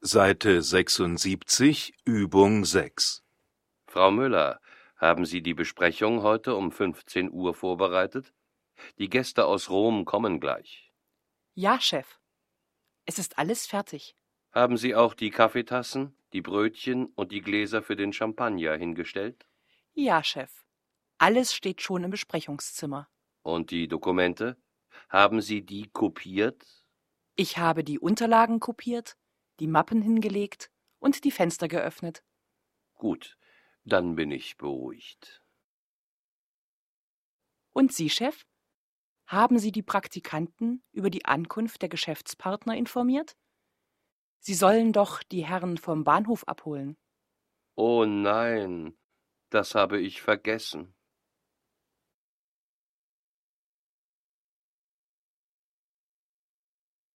Seite 76, Übung 6. Frau Müller, haben Sie die Besprechung heute um 15 Uhr vorbereitet? Die Gäste aus Rom kommen gleich. Ja, Chef. Es ist alles fertig. Haben Sie auch die Kaffeetassen, die Brötchen und die Gläser für den Champagner hingestellt? Ja, Chef. Alles steht schon im Besprechungszimmer. Und die Dokumente? Haben Sie die kopiert? Ich habe die Unterlagen kopiert, die Mappen hingelegt und die Fenster geöffnet. Gut, dann bin ich beruhigt. Und Sie, Chef? Haben Sie die Praktikanten über die Ankunft der Geschäftspartner informiert? Sie sollen doch die Herren vom Bahnhof abholen. Oh nein, das habe ich vergessen.